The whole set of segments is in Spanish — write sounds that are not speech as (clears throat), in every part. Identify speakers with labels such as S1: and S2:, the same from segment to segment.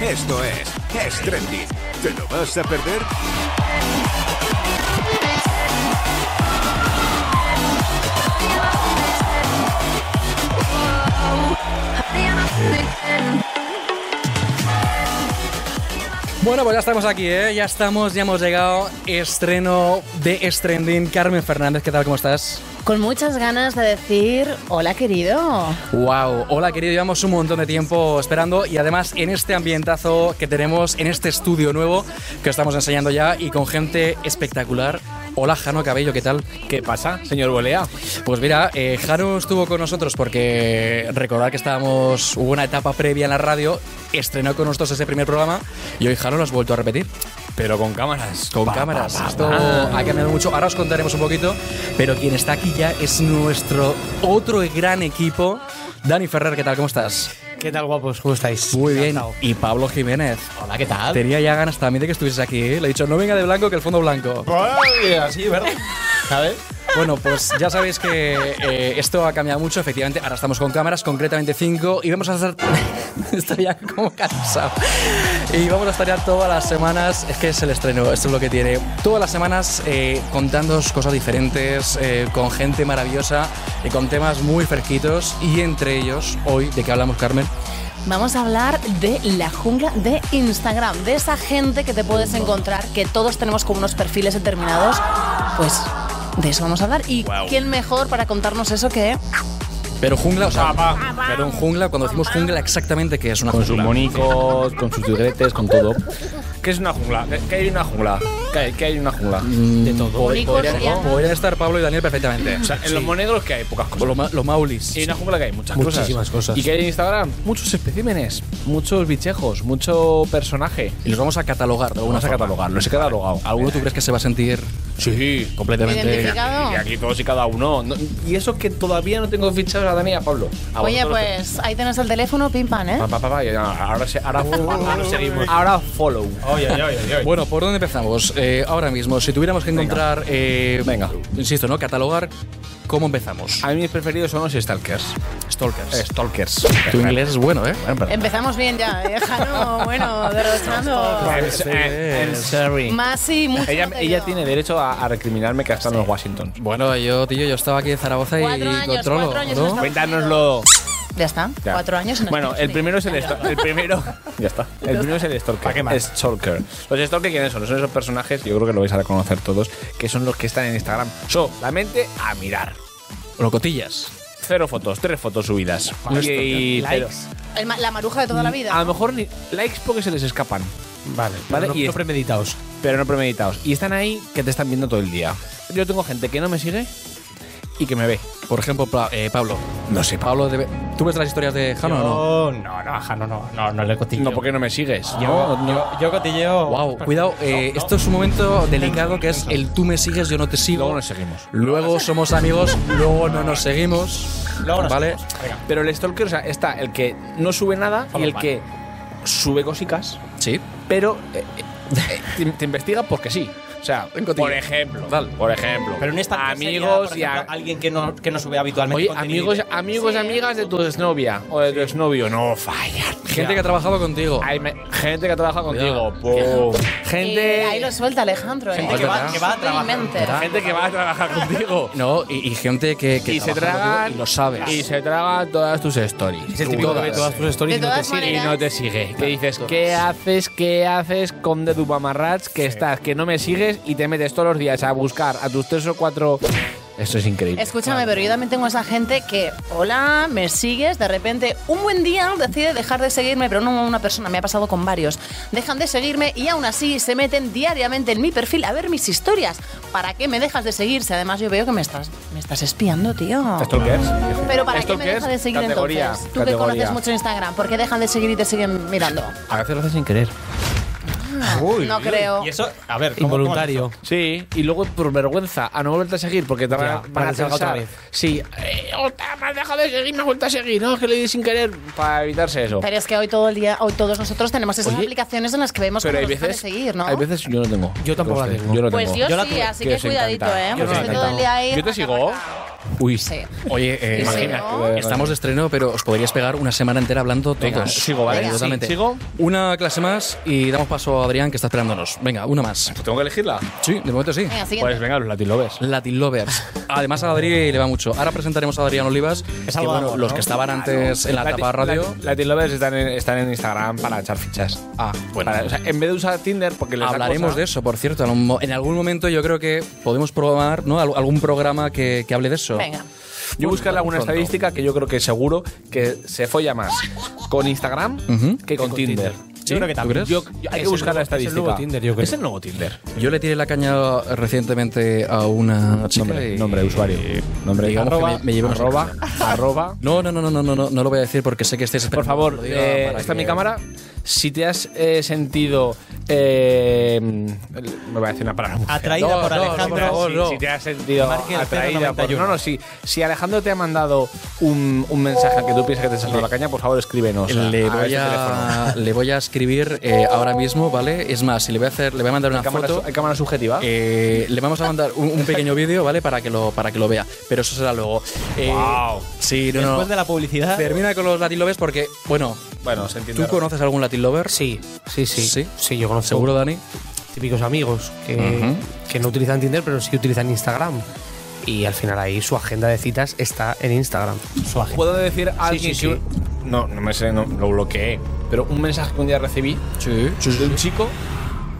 S1: Esto es Es Trending. ¿Te lo vas a perder?
S2: Bueno, pues ya estamos aquí, ¿eh? Ya estamos, ya hemos llegado. Estreno de Estrending. Carmen Fernández, ¿qué tal? ¿Cómo estás?
S3: Con muchas ganas de decir, hola querido.
S2: Wow, hola querido, llevamos un montón de tiempo esperando y además en este ambientazo que tenemos, en este estudio nuevo que estamos enseñando ya y con gente espectacular. Hola Jano Cabello, ¿qué tal?
S4: ¿Qué pasa, señor Bolea?
S2: Pues mira, eh, Jano estuvo con nosotros porque recordar que estábamos, hubo una etapa previa en la radio, estrenó con nosotros ese primer programa y hoy Jano lo has vuelto a repetir.
S4: Pero con cámaras.
S2: Con cámaras. Esto ha cambiado mucho. Ahora os contaremos un poquito. Pero quien está aquí ya es nuestro otro gran equipo. Dani Ferrer, ¿qué tal? ¿Cómo estás?
S5: ¿Qué tal, guapos? ¿Cómo estáis?
S2: Muy bien.
S5: Encantado.
S2: Y Pablo Jiménez.
S4: Hola, ¿qué tal?
S2: Tenía ya ganas también de que estuvieses aquí. ¿eh? Le he dicho, no venga de blanco, que el fondo blanco.
S4: Así, ¿verdad? ¿Sabes?
S2: Bueno, pues ya sabéis que eh, esto ha cambiado mucho, efectivamente. Ahora estamos con cámaras, concretamente 5, y vamos a estar. (laughs) Estoy ya como cansado. Y vamos a estar ya todas las semanas. Es que es el estreno, esto es lo que tiene. Todas las semanas eh, contándoos cosas diferentes, eh, con gente maravillosa y con temas muy fresquitos. Y entre ellos, hoy, ¿de qué hablamos, Carmen?
S3: Vamos a hablar de la jungla de Instagram, de esa gente que te puedes encontrar, que todos tenemos como unos perfiles determinados. Pues de eso vamos a hablar. ¿Y quién mejor para contarnos eso que
S2: Pero jungla, o sea. Pero un jungla, cuando decimos jungla, exactamente qué es una
S4: Con sus
S2: jungla.
S4: monicos, con sus tigretes, con todo.
S6: ¿Qué es una jungla? ¿Qué- ¿Qué hay en una jungla? ¿Qué hay, qué hay en una jungla?
S4: De todo.
S3: Monicos
S2: Podrían,
S3: y algo?
S2: podrían estar Pablo y Daniel perfectamente.
S6: O sea, en los monegros que hay pocas cosas.
S2: Los, ma- los maulis.
S6: Y en una jungla que hay muchas
S5: Muchísimas cosas.
S6: ¿Y qué hay en Instagram? Muchos especímenes, muchos bichejos, mucho personaje.
S2: Y los vamos a catalogar. de alguna
S6: Vamos a
S2: forma.
S6: catalogar, los he catalogado.
S2: ¿Alguno tú crees que se va a sentir
S6: Sí,
S2: completamente?
S3: identificado?
S6: Y aquí todos y cada uno. No- y eso que todavía no tengo fichados a Dani y a Pablo. A
S3: Oye,
S6: vosotros los
S3: pues ahí tenés el teléfono, pim pam, ¿eh?
S6: tengo. Pa, pa, pa, pa, y ahora, se- ahora, ahora seguimos. Ahora follow.
S4: Oye, oye, oye, oye.
S2: Bueno, ¿por dónde empezamos? Eh, ahora mismo, si tuviéramos que encontrar. eh,
S6: Venga.
S2: Insisto, ¿no? Catalogar. ¿Cómo empezamos?
S6: A mí mis preferidos son los stalkers.
S2: Stalkers.
S6: Stalkers.
S2: Tu inglés es bueno, ¿eh?
S3: Empezamos bien ya, ¿eh? (laughs) Jano, bueno, derrochando.
S6: I'm eh, sorry.
S3: Más y mucho.
S6: Ella,
S3: contenido.
S6: ella tiene derecho a, a recriminarme que hasta en los Washington.
S2: Bueno, yo, tío, yo estaba aquí en Zaragoza y
S3: Cuatro años,
S2: controlo.
S3: cuatro años
S2: ¿no?
S3: no estaba-
S6: Cuéntanoslo.
S3: Ya está,
S6: Ya.
S3: cuatro años. no
S6: Bueno,
S3: es
S6: el
S3: ni-
S6: primero es el stalker.
S3: (laughs)
S6: El primero. ya está. El primero es el stalker.
S4: qué más?
S6: Stalker. Los stalker, ¿quiénes son? Son esos personajes, yo creo que lo vais a conocer todos, que son los que están en Instagram solamente a mirar.
S2: Locotillas.
S6: Cero fotos, tres fotos subidas.
S4: Vale.
S6: Y,
S4: Likes.
S3: El ma- la maruja de toda la vida.
S6: Mm, A lo mejor ni likes porque se les escapan,
S5: Vale,
S6: Vale,
S5: vale. No,
S6: y
S5: no
S6: es-
S5: premeditaos.
S6: pero no premeditados. Y están ahí que te están viendo todo el día. Yo tengo gente que no me sigue y que me ve.
S2: Por ejemplo, Pla- eh, Pablo.
S6: No sé,
S2: Pablo,
S6: Pablo.
S2: debe- ¿tú ves las historias de Jano o no?
S5: No, no, no, ajá, no, no, no, no le cotilleo.
S6: No, porque no me sigues.
S5: Yo, yo, yo cotilleo.
S2: Wow, cuidado, eh, esto es un momento delicado que es el tú me sigues, yo no te sigo.
S6: Luego nos seguimos.
S2: Luego somos amigos, luego no nos seguimos.
S5: Luego nos
S2: ¿Vale?
S5: seguimos. Venga.
S6: Pero el stalker, o sea, está el que no sube nada y el que sube cositas,
S2: Sí.
S6: pero eh, eh, te, te investiga porque sí. O sea,
S2: Tengo
S6: por
S2: tío.
S6: ejemplo,
S2: Vale.
S6: por ejemplo,
S5: Pero en esta sería,
S6: amigos
S5: por
S6: y a-
S5: ejemplo, alguien que no, que no sube habitualmente.
S6: oye,
S5: contenido.
S6: amigos, amigos, y amigas de tu exnovia o de tu exnovio, no fallan.
S2: Gente que ha trabajado contigo.
S6: Hay me- gente que trabaja contigo, pum.
S3: Eh, ahí
S6: gente,
S3: lo suelta Alejandro, ¿eh?
S5: Gente que va, que va a trabajar.
S3: Sutilmente.
S6: gente que va a trabajar contigo
S2: No, y, y gente que, que
S6: y se
S2: trabaja contigo
S6: tragan
S2: y lo sabes.
S6: y se tragan todas tus
S5: Es
S6: stories.
S5: el típico que ve Este todas tus stories
S3: De
S5: y no te
S3: todas
S5: sigue.
S6: y
S3: maneras-
S6: no te sigue. Que dices, ¿qué haces? ¿Qué haces, conde Dubamarrats? Que estás, que no me sigues y te metes todos los días a buscar a tus tres o cuatro. Esto es increíble.
S3: Escúchame, pero yo también tengo esa gente que, hola, me sigues, de repente un buen día decide dejar de seguirme, pero no una persona, me ha pasado con varios. Dejan de seguirme y aún así se meten diariamente en mi perfil a ver mis historias. ¿Para qué me dejas de seguir? Si además yo veo que me estás, me estás espiando, tío.
S6: ¿Stalkers?
S3: Pero ¿para qué me
S6: ¿Stalkers?
S3: dejas de seguir
S6: Categoría,
S3: entonces? Tú que
S6: categoría.
S3: conoces mucho Instagram, ¿por qué dejan de seguir y te siguen mirando?
S6: A veces lo haces sin querer.
S3: no creo.
S5: Y eso, a ver, ¿cómo-
S4: Involuntario.
S6: Sí, y luego por vergüenza a no volverte a seguir porque te van, a-
S4: Ya,
S6: van
S4: para
S6: a
S4: que salga otra
S6: pensar,
S4: vez.
S6: Sí, eh, "Ota, me has dejado de seguir, me has vuelto a seguir. No, es que le di sin querer para evitarse eso.
S3: Pero es que hoy todo el día, hoy todos nosotros tenemos esas
S6: Oye,
S3: aplicaciones en las que vemos
S6: Pero
S3: que
S6: hay
S3: nos dejan de
S6: veces,
S3: seguir, ¿no?
S6: hay veces yo no tengo.
S4: Yo tampoco la
S6: Entonces,
S4: tengo.
S6: Yo no
S3: Pues
S6: tengo.
S3: yo,
S5: Yo la
S3: sí,
S5: tuve,
S3: así
S6: que
S3: que
S6: os
S3: cuidadito,
S6: encanta.
S3: ¿eh?
S6: Yo
S3: Porque
S6: os
S3: estoy
S6: encanta.
S3: todo el día ahí.
S6: Yo te sigo.
S2: Uy.
S3: Sí.
S2: Oye, eh,
S3: Sí,
S2: imagina,
S3: ¿no?
S2: estamos de estreno, pero os podríais pegar una semana entera hablando todos.
S6: Venga, sigo, ¿vale?
S2: Venga,
S6: Sí,
S2: totalmente.
S6: sigo.
S2: Una clase más y damos paso a Adrián, que está esperándonos. Venga, una más.
S4: ¿Tengo que elegirla?
S2: Sí, de momento sí.
S3: Venga, siguiente.
S4: Pues venga, los Latin Lovers.
S2: Latin Lovers. Además a Adri le va mucho. Ahora presentaremos a Adrián Olivas.
S5: Es
S2: que,
S5: algo de
S2: bueno,
S5: amor,
S2: los
S5: ¿no?
S2: que estaban antes en la tapa radio.
S6: Latin, Latin Lovers están en, están en Instagram para echar fichas.
S2: Ah, bueno.
S6: Para- o sea, en vez de usar Tinder, porque les da
S2: Hablaremos
S6: cosa-
S2: de eso, por cierto. En un mo- En algún momento yo creo que podemos programar ¿no? Al- algún programa que, que hable de eso.
S3: Venga.
S6: Yo buscaré alguna
S2: Pronto.
S6: estadística que yo creo que seguro que se folla más con Instagram
S2: Ujú.
S6: que con, Tinder.
S5: Yo creo que
S2: ¿Tú
S5: también.
S2: crees?
S5: Yo-
S6: Yo- hay
S5: Es
S6: que
S5: el
S6: buscar
S5: nuevo-
S6: la
S5: es el
S6: estadística.
S5: nuevo Tinder, yo creo.
S6: Es el nuevo Tinder.
S2: Yo le tiré la caña recientemente a una chica
S6: Nombre,
S2: y-
S6: nombre de usuario. Nombre
S2: digamos que
S6: arroba,
S2: me- me llevé una
S6: arroba, arroba.
S2: No, no, no, no, no, no, no, no lo voy a decir porque sé que estáis
S6: Por
S2: esperando
S6: favor,
S2: que lo diga
S6: eh,
S2: para
S6: está
S2: que-
S6: mi cámara. Si te has eh, sentido. eh, me voy a decir una palabra.
S5: Atraída
S2: No,
S5: por
S2: no, no,
S5: Alejandro.
S2: por favor,
S5: Sí,
S2: no.
S5: sí,
S6: Si te has sentido
S5: Marque el
S6: atraída por-
S5: 091.
S6: No, no, si, si Alejandro te ha mandado un, un mensaje que tú piensas que te salió la caña, por favor escríbenos.
S2: Le
S6: a
S2: voy,
S6: este teléfono.
S2: a, le voy a escribir eh, ahora mismo, ¿vale? Es más, si le voy a hacer, le voy a mandar una
S6: ¿Hay cámara,
S2: foto.
S6: su- hay cámara subjetiva?
S2: Eh, le vamos a mandar un, un pequeño vídeo, ¿vale? Para que lo para que lo vea. Pero eso será luego. Eh, Sí, no, no.
S5: Después de la publicidad.
S2: Termina con los Latin Lovers porque, bueno,
S6: bueno, se entiende.
S2: ¿tú conoces algún Latin Lover?
S7: Sí, sí, sí.
S2: ¿Sí?
S7: yo conozco
S2: ¿Seguro, Dani?
S7: típicos amigos que, que no utilizan Tinder, pero sí utilizan Instagram. Y al final ahí su agenda de citas está en Instagram. Su agenda.
S6: ¿Puedo decir a alguien
S7: sí,
S6: que-
S7: sí.
S6: No, no me sé, no, lo bloqueé. Pero un mensaje que un día recibí
S2: Sí.
S6: de un chico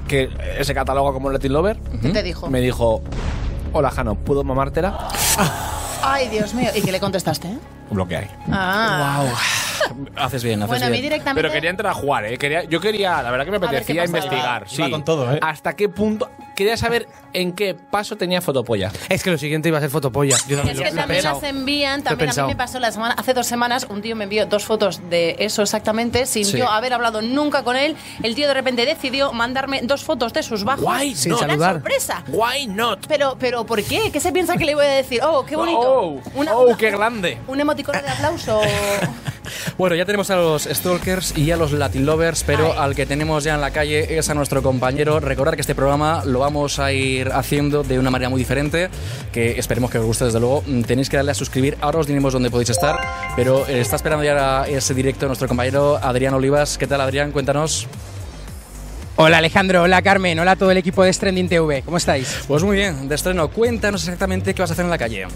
S6: que eh, se cataloga como Latin Lover
S3: ¿Qué te dijo?
S6: ¿Mm? me dijo: Hola, Jano, ¿puedo mamártela?
S3: Ay, Dios mío. ¿Y qué le contestaste?
S6: Bloqueé.
S3: Ah.
S6: (laughs)
S2: Haces bien, haces
S3: Bueno, a mí
S2: bien.
S3: directamente.
S6: Pero quería entrar a jugar, ¿eh? Quería, yo quería, la verdad que me
S3: ver
S6: apetecía
S3: qué pasaba.
S6: investigar.
S5: Iba
S6: sí.
S5: con todo, ¿eh?
S6: ¿Hasta qué punto? Quería saber en qué paso tenía fotopolla.
S7: Es que lo siguiente iba a ser fotopolla. Yo también
S3: Es
S7: lo-
S3: que
S7: lo he
S3: también
S7: pensado.
S3: las envían,
S7: Lo he
S3: también a mí
S7: pensado.
S3: me pasó la semana, hace dos semanas un tío me envió dos fotos de eso exactamente, sin
S2: Sí.
S3: yo haber hablado nunca con él, el tío de repente decidió mandarme dos fotos de sus bajos.
S6: Guay,
S7: sin
S3: Una
S7: saludar.
S3: sorpresa!
S6: Why not?
S3: Pero, pero, ¿por qué? ¿Qué se piensa que le voy a decir? ¡Oh, qué bonito!
S6: Oh,
S3: Una-
S6: oh,
S3: una-
S6: qué grande.
S3: Un emoticono de
S2: (laughs)
S3: aplauso.
S2: Bueno, ya tenemos a los Stalkers y a los Latin Lovers, pero
S3: Ay.
S2: al que tenemos ya en la calle es a nuestro compañero. Recordar que este programa lo vamos a ir haciendo de una manera muy diferente, que esperemos que os guste desde luego. Mm, Tenéis que darle a suscribir, ahora os diremos dónde podéis estar, pero eh, está esperando ya ese directo nuestro compañero Adrián Olivas. ¿Qué tal Adrián? Cuéntanos.
S8: Hola Alejandro, hola Carmen, hola a todo el equipo de Stranding TV, ¿cómo estáis?
S2: Pues muy bien, de estreno, cuéntanos exactamente qué vas a hacer en la calle.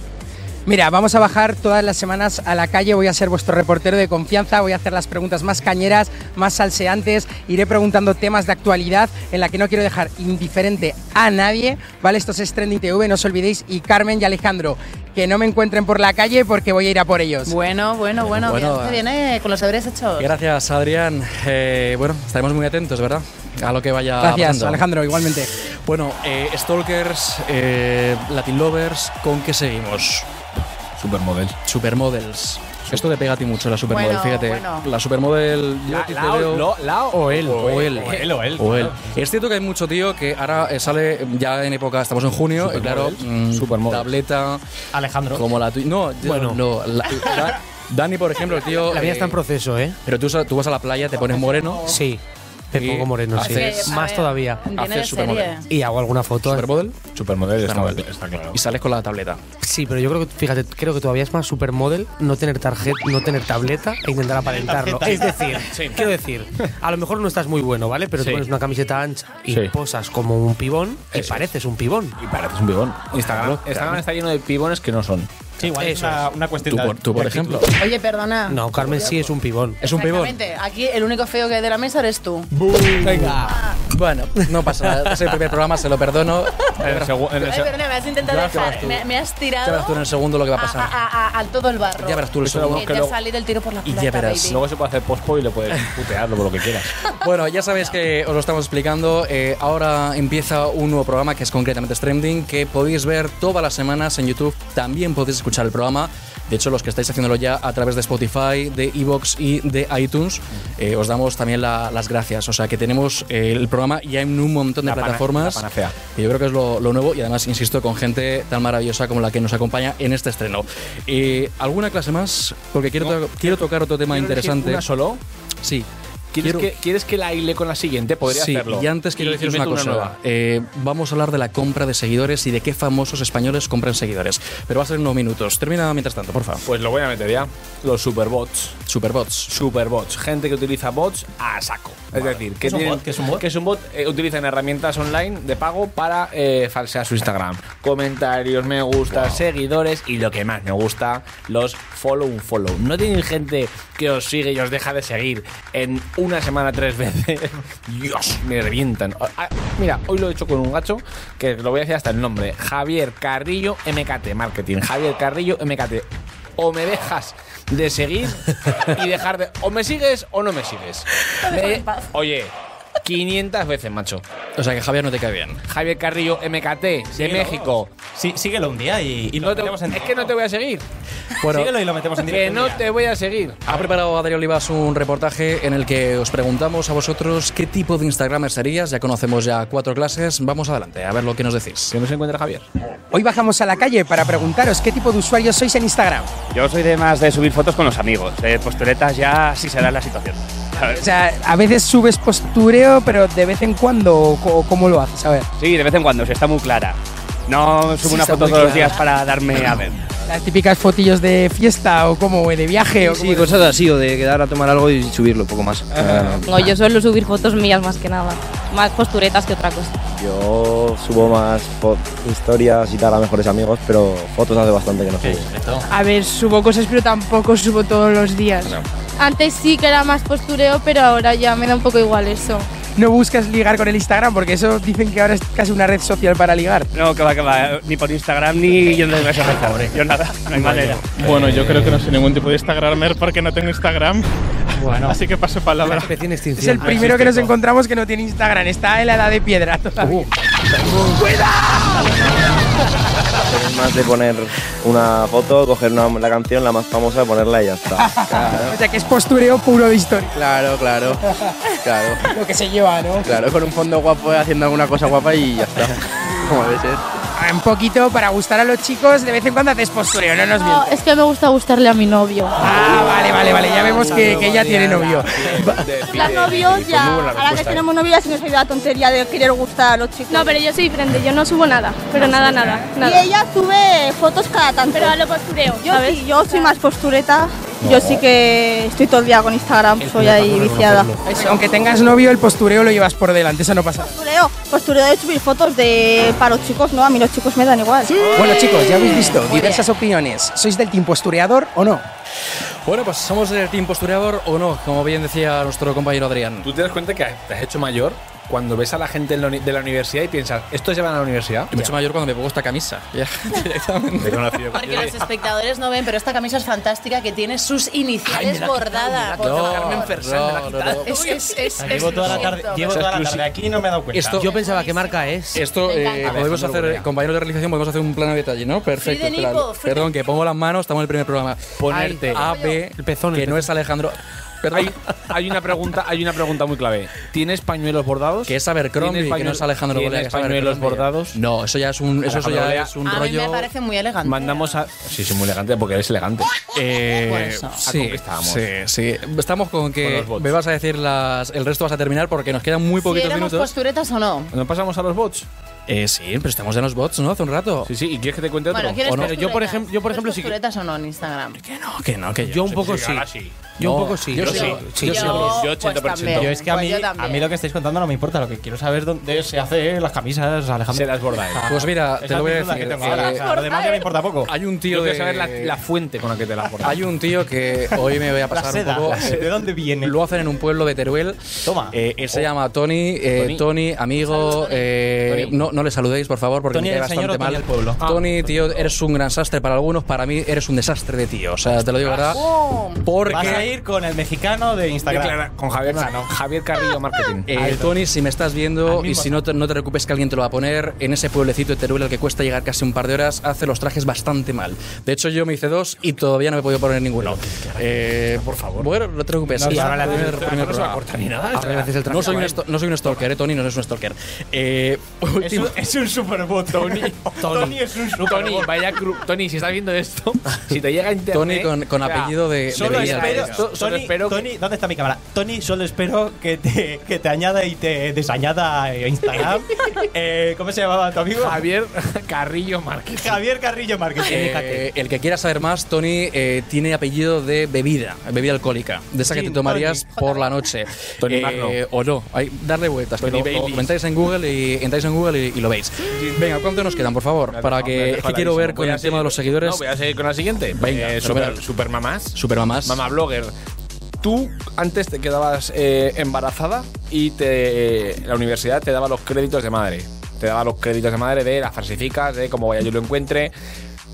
S8: Mira, vamos a bajar todas las semanas a la calle, voy a ser vuestro reportero de confianza, voy a hacer las preguntas más cañeras, más salseantes, iré preguntando temas de actualidad en la que no quiero dejar indiferente a nadie, ¿vale? Esto es Stranding TV, no os olvidéis, y Carmen y Alejandro, que no me encuentren por la calle porque voy a ir a por ellos.
S3: bueno, bueno, bueno,
S2: Bueno,
S3: bien,
S2: eh.
S3: te viene con los deberes hechos.
S2: Gracias Adrián. Eh, bueno, estaremos muy atentos, ¿verdad? A lo que vaya
S8: Gracias,
S2: pasando.
S8: Alejandro, igualmente.
S2: Bueno, eh, Stalkers, eh, Latin Lovers, ¿con qué seguimos?
S6: Supermodel.
S2: Supermodels. Esto le pega a ti mucho, la supermodel,
S3: Bueno,
S2: fíjate.
S3: bueno.
S2: La supermodel, yo
S6: La,
S2: te
S6: la-
S2: veo-
S6: lo- la o él.
S2: o él.
S5: o él, o él,
S2: O él. Es cierto que hay mucho tío que ahora eh, sale ya en época, estamos en junio, y claro, mm,
S6: Supermodels.
S2: tableta,
S5: Alejandro.
S2: como la tuya. No, yo-
S7: Bueno.
S2: no. la- la- Dani, por ejemplo, el tío.
S7: La vida
S2: eh,
S7: está en proceso, ¿eh?
S2: Pero tú, sa- tú vas a la playa, te pones moreno.
S7: Sí, te
S2: Y
S7: pongo moreno, sí.
S2: haces-
S3: a
S7: Más
S3: ver,
S7: todavía.
S3: Viene
S2: Hacer
S3: de serie.
S2: supermodel.
S7: Y hago alguna foto.
S2: Supermodel.
S6: Supermodel,
S2: está-
S6: claro.
S2: Y sales con la tableta.
S7: Sí, pero yo creo que, fíjate, creo que todavía es más supermodel no tener tarjeta, no tener tableta e intentar aparentarlo. Es
S5: Tarjeta.
S7: decir, quiero decir, a lo mejor no estás muy bueno, ¿vale? Pero te pones una camiseta ancha y
S6: Sí.
S7: posas como un pibón y pareces un pibón.
S6: Y pareces un pibón. Instagram, Instagram está lleno de pibones que no son.
S5: Sí, igual es
S7: Eso
S5: una, una cuestión
S2: Tú,
S5: de-
S2: por, tú, por
S5: de
S2: ejemplo.
S5: actitud.
S3: Oye, perdona.
S7: No, Carmen sí es un pibón.
S2: Es un pibón.
S3: Exactamente, Aquí el único feo que hay de la mesa eres tú.
S2: Bueno, no pasa nada. Es el primer programa, se lo perdono.
S6: En el segu- en el
S3: Ay,
S6: se-
S3: pero no, me has intentado dejar. Me, me has tirado.
S2: Ya verás tú en el segundo lo que va a
S3: a-
S2: pasar.
S3: a- a- a todo el barro.
S2: Ya verás tú el
S3: Que
S2: segundo.
S3: Te ha salido el tiro por la
S2: Y ya
S3: culata,
S2: verás.
S3: baby.
S6: Luego se puede hacer pospo y le (laughs) puedes putearlo por lo que quieras.
S2: Bueno, ya sabéis que os lo estamos explicando. eh, ahora empieza un nuevo programa que es concretamente Streaming, que podéis ver todas las semanas en YouTube. También podéis escuchar el programa. De hecho, los que estáis haciéndolo ya a través de Spotify, de Evox y de iTunes, eh, os damos también la- las gracias. O sea, que tenemos eh, el programa ya en un montón de
S6: La pana-
S2: plataformas.
S6: la panacea.
S2: Y yo creo que es lo, lo nuevo y además, insisto, con gente tan maravillosa como la que nos acompaña en este estreno. Eh, ¿Alguna clase más? Porque quiero, to- quiero tocar otro tema interesante.
S6: ¿Una solo?
S2: Sí.
S6: ¿Quieres,
S2: Quiero-
S6: que, ¿Quieres que la hile con la siguiente? Podría
S2: sí,
S6: hacerlo.
S2: Y antes quiero
S6: Y- y
S2: deciros una
S6: meto
S2: cosa.
S6: nueva.
S2: Eh, vamos a hablar de la compra de seguidores y de qué famosos españoles compran seguidores. Pero va a ser en unos minutos. Termina mientras tanto, por favor.
S6: Pues lo voy a meter ya. Los superbots.
S2: Superbots.
S6: Superbots. Gente que utiliza bots a saco. Es decir, que
S5: es un
S6: tienen-
S5: bot? ¿Qué es un bot?
S6: Que es un bot. eh, utilizan herramientas online de pago para eh, falsear su Instagram. Comentarios, me gusta, seguidores y lo que más me gusta, los follow un follow. No tienen gente que os sigue y os deja de seguir en una semana tres (laughs) veces. Dios, me revientan. Ah, mira, hoy lo he hecho con un gacho que lo voy a decir hasta el nombre. Javier Carrillo MKT Marketing. Javier Carrillo MKT o me dejas de seguir y dejar de. O me sigues o no me sigues. Me- oye, 500 veces, macho.
S2: O sea que Javier no te cae bien.
S6: Javier Carrillo, MKT, de
S5: Síguelo.
S6: México.
S5: Sí, síguelo un día y, y lo
S6: No te-
S5: metemos en
S6: es que no te voy a seguir.
S5: Síguelo y lo metemos en
S6: Que
S5: directo. un
S6: no
S5: día.
S6: te voy a seguir.
S2: Ha preparado Adrián Olivas un reportaje en el que os preguntamos a vosotros qué tipo de Instagramer serías. Ya conocemos ya cuatro clases. Vamos adelante, a ver lo que nos decís.
S6: Que no se encuentra Javier.
S8: Hoy bajamos a la calle para preguntaros qué tipo de usuarios sois en Instagram.
S9: Yo soy de más de subir fotos con los amigos. De postuletas ya sí se da la situación. ¿sabes?
S8: O sea, a veces subes postureo, pero de vez en cuando, ¿o co- ¿cómo lo haces? A ver,
S9: Sí, de vez en cuando, si está muy clara. No subo
S8: Sí,
S9: una
S8: está
S9: foto
S8: muy
S9: todos los
S8: clara.
S9: días para darme a ver.
S8: las típicas fotillos de fiesta o como de viaje o como-
S10: cosas así, o de quedar a tomar algo y subirlo un
S9: (laughs)
S10: poco más.
S11: No, yo suelo subir fotos mías más que nada. Más posturetas que otra cosa.
S10: Yo subo más fo- historias y tal a mejores amigos, pero fotos hace bastante que no subo.
S11: A ver, subo cosas, pero tampoco subo todos los días. Antes sí que era más postureo, pero ahora ya me da un poco igual eso.
S8: No buscas ligar con el Instagram, porque eso dicen que ahora es casi una red social para ligar.
S9: No, que va, que va. Ni por Instagram ni yo no voy a rezar. Yo nada, no hay manera.
S4: Bueno, yo creo que no soy ningún tipo de Instagramer porque no tengo Instagram. Así que paso palabra.
S7: especie en
S8: Es el
S7: extinción.
S8: primero que nos encontramos que Ah, no Uh. tiene Instagram, está en la edad de piedra todavía.
S10: Es más de poner una foto, coger una- la canción, la más famosa, ponerla y ya está.
S8: (laughs) O sea que es postureo puro de historia.
S10: Claro, claro. Claro,
S8: Lo que se lleva, ¿no?
S10: claro, con un fondo guapo haciendo alguna cosa guapa y ya
S7: (laughs)
S10: está. Como debe ser.
S8: Ah, Un poquito para gustar a los chicos, de vez en cuando haces postureo, no nos mientas.
S11: es que me gusta gustarle a mi novio.
S8: Ah, vale, vale, vale, ya vemos que, que ella tiene novio.
S10: (laughs)
S11: La novio
S2: pues
S11: ya. Ahora que
S2: eh.
S11: tenemos novio ya se nos ha ido la tontería de querer gustar a los chicos. No, pero yo soy diferente. Yo no subo nada. Pero nada, nada, Y ella sube fotos cada tanto. Pero lo postureo, yo Sí, yo soy más postureta. Yo sí que estoy todo el día con Instagram. Soy ahí viciada.
S8: Eso, aunque tengas novio, el postureo lo llevas por delante, eso no pasa. nada.
S11: Postureo, postureo de subir fotos de para los chicos, no, a mí los chicos me dan igual.
S8: Bueno, chicos, ya habéis visto diversas opiniones. ¿Sois del team postureador o no?
S2: Bueno, pues somos del team postureador o no, como bien decía nuestro compañero Adrián.
S6: Tú te das cuenta que te has hecho mayor cuando ves a la gente en la uni- de la universidad y piensas, ¿estos llevan a la universidad?
S2: Y mucho mayor cuando me pongo esta camisa. Ya, (laughs) directamente.
S3: Porque los espectadores no ven, pero esta camisa es fantástica que tiene sus iniciales bordadas. por favor.
S2: no, no,
S3: (laughs)
S2: no.
S3: Es, es, es,
S5: Llevo
S3: es-
S5: toda la tarde,
S3: siento.
S5: llevo toda la tarde aquí y no me he dado cuenta.
S2: Esto-
S7: Yo pensaba qué marca es.
S2: Esto
S3: Me
S2: eh,
S3: encanta.
S2: podemos
S5: Alejandro
S2: hacer,
S5: Gobea.
S2: compañeros de realización, podemos hacer un plano de detalle, ¿no? Perfecto.
S3: Free de
S2: espera,
S3: Nico, free
S2: perdón,
S3: de-
S2: que pongo las manos, estamos en el primer programa. Ponerte AB,
S7: El pezón, el
S2: que no es Alejandro. Perdón.
S6: Hay, hay una pregunta, hay una pregunta muy clave. ¿Tienes pañuelos bordados?
S2: que es Abercrombie,
S6: ¿Tienes
S2: que no es
S6: pañuelo-
S2: Alejandro
S6: ¿tienes
S2: Gobea, que es
S6: pañuelos
S2: Abercrombie.
S6: bordados?
S2: No, eso ya es un, eso, eso
S6: Alejandro
S2: ya
S6: Gobea.
S2: es un
S3: A mí
S2: rollo.
S3: me parece muy elegante.
S6: Mandamos a. Sí, sí, muy elegante porque eres elegante.
S2: Eh,
S3: Por eso. Ah,
S2: sí,
S6: conquistábamos.
S2: sí, sí. Estamos con
S6: Con
S2: que
S6: los bots.
S2: me vas a decir las, el resto vas a terminar porque nos quedan muy
S3: Si
S2: poquitos
S3: éramos pues-
S2: minutos.
S3: posturetas o no.
S6: ¿No pasamos a los bots?
S2: Eh, sí, pero estamos ya en los bots, ¿no? Hace un rato.
S6: Sí, sí, ¿y quieres que te cuente otro?
S3: Bueno, ¿quieres
S6: ¿O no?
S3: posturetas?
S7: yo, por ejem- yo,
S3: ¿Quieres
S7: por ejemplo, sí que-
S3: posturetas o no en Instagram?
S2: Que no, que no, que yo.
S7: Yo un poco sí. Yo un poco sí.
S2: Yo
S7: Yo
S2: sí.
S7: sí.
S2: Yo sí.
S6: Yo 80%.
S5: Yo es que a mí,
S3: Pues yo
S5: a
S3: también.
S5: mí lo que estáis contando no me importa, lo que quiero saber es dónde se hace las camisas, Alejandro.
S6: Se las bordáis.
S2: Pues mira,
S5: Esa
S2: te lo voy a
S5: es la
S2: decir.
S5: que tengo ahora,
S2: eh,
S5: o sea, Lo demás ya me importa poco.
S2: hay un
S6: Yo
S2: tío de.
S6: quiero saber la, la fuente con la que te las bordáis.
S2: Hay un tío que hoy me voy a
S5: La
S2: pasar
S5: seda,
S2: un poco. eh,
S5: la seda. ¿De dónde viene?
S2: Lo hacen en un pueblo de Teruel.
S5: Toma. Oh.
S2: Eh, él se llama Tony. eh, Tony. amigo. eh, No, no le saludéis, por favor, porque
S5: Tony
S2: me cae
S5: el señor
S2: bastante
S5: o Tony
S2: mal.
S5: el pueblo. Ah.
S2: Tony, tío, eres un gran sastre para algunos. Para mí, eres un desastre de tío. O sea, te lo digo, ¿verdad? Porque.
S5: Vas a ir con el mexicano de Instagram.
S6: Declara- con Javier, Javier Carrillo Marketing.
S2: Eh, Tony, si me estás viendo y si no te, no te preocupes que alguien te lo va a poner, en ese pueblecito de Teruel al que cuesta llegar casi un par de horas, hace los trajes bastante mal. De hecho, yo me hice dos y todavía no me he podido poner ninguno. Eh, por favor. Bueno, no te preocupes. Y ahora primer- primer programa.
S6: corta ni nada.
S2: No soy, un esto- no soy un stalker, eh, Tony, no eres un stalker. Eh, último-
S6: un, es un superbot, Tony. Tony es un superbot. Tony, vaya cru- Tony, si estás viendo esto, (laughs) si te llega a
S2: Tony
S6: internet.
S2: con- con
S6: o sea,
S2: apellido de- de
S6: Solo
S2: Villar.
S6: espero.
S2: Esto-
S6: solo
S5: Tony,
S6: espero que-
S5: Tony, ¿dónde está mi cámara? Tony, solo espero que te, que te añada y te desañada
S2: (laughs)
S5: eh, Instagram. Eh, ¿Cómo se llamaba tu amigo?
S6: Javier (laughs) Carrillo Márquez.
S5: Javier Carrillo Márquez, fíjate.
S2: Eh, el que quiera saber más, Tony eh, tiene apellido de bebida, bebida alcohólica, de esa que te tomarías por la noche.
S6: Tony
S2: Eh,
S6: Magno.
S2: O no, hay, darle vueltas. que lo-
S6: Tony
S2: lo
S6: Baileys.
S2: comentáis en Google y entráis en Google y, y lo veis. Venga, ¿cuánto nos quedan, por favor? Para
S6: Me
S2: que,
S6: dejo
S2: es que quiero
S6: aladísimo.
S2: ver
S6: Voy
S2: con
S6: a
S2: el tema
S6: seguir-
S2: de los seguidores.
S6: No, voy a seguir con la siguiente.
S2: Venga,
S6: Eh,
S2: fenomenal.
S6: super, mamás.
S2: Supermamás.
S6: Mamá blogger. Tú antes te quedabas eh, embarazada y te, la universidad te daba los créditos de madre. Te daba los créditos de madre de las falsificas, de cómo vaya yo lo encuentre.